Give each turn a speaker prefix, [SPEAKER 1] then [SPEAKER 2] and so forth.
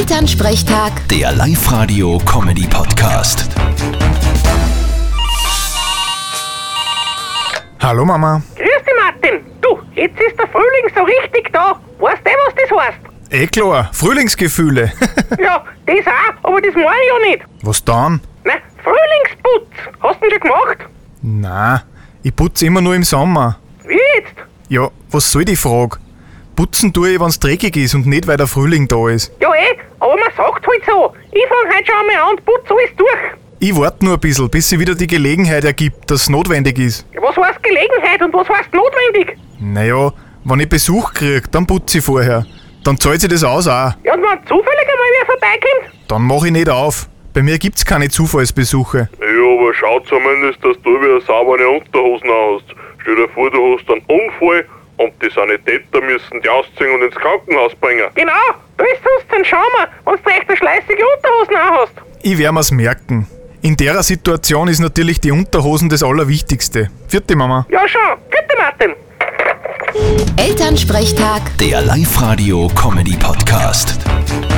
[SPEAKER 1] Elternsprechtag,
[SPEAKER 2] Der Live-Radio-Comedy-Podcast.
[SPEAKER 3] Hallo Mama.
[SPEAKER 4] Grüß dich, Martin. Du, jetzt ist der Frühling so richtig da. Weißt du, was das heißt?
[SPEAKER 3] Eh klar, Frühlingsgefühle.
[SPEAKER 4] Ja, das auch, aber das mache ich ja nicht.
[SPEAKER 3] Was dann?
[SPEAKER 4] Nein, Frühlingsputz. Hast du ihn schon gemacht?
[SPEAKER 3] Na, ich putze immer nur im Sommer.
[SPEAKER 4] Wie jetzt?
[SPEAKER 3] Ja, was soll die Frage? Putzen tue ich, wenn's dreckig ist und nicht, weil der Frühling da ist.
[SPEAKER 4] Ja, eh, aber man sagt halt so. Ich fange heute schon einmal an und putze alles durch.
[SPEAKER 3] Ich warte nur ein bisschen, bis sie wieder die Gelegenheit ergibt, dass notwendig ist.
[SPEAKER 4] Was heißt Gelegenheit und was heißt notwendig?
[SPEAKER 3] Naja, wenn ich Besuch krieg, dann putze ich vorher. Dann zahlt sie das aus auch.
[SPEAKER 4] Ja, und wenn zufällig einmal wer vorbeikommt?
[SPEAKER 3] Dann mach ich nicht auf. Bei mir gibt's keine Zufallsbesuche.
[SPEAKER 5] Ja, aber schau zumindest, dass du wieder saubere Unterhosen hast. Stell dir vor, du hast einen Unfall und die Sanitäter müssen die ausziehen und ins Krankenhaus bringen.
[SPEAKER 4] Genau, da ist sonst ein Schaumer, wenn du echt eine schleißige Unterhosen auch hast.
[SPEAKER 3] Ich werd mir's merken. In derer Situation ist natürlich die Unterhosen das Allerwichtigste. Vierte Mama.
[SPEAKER 4] Ja, schon. Gute Martin.
[SPEAKER 1] Elternsprechtag.
[SPEAKER 2] Der Live-Radio-Comedy-Podcast.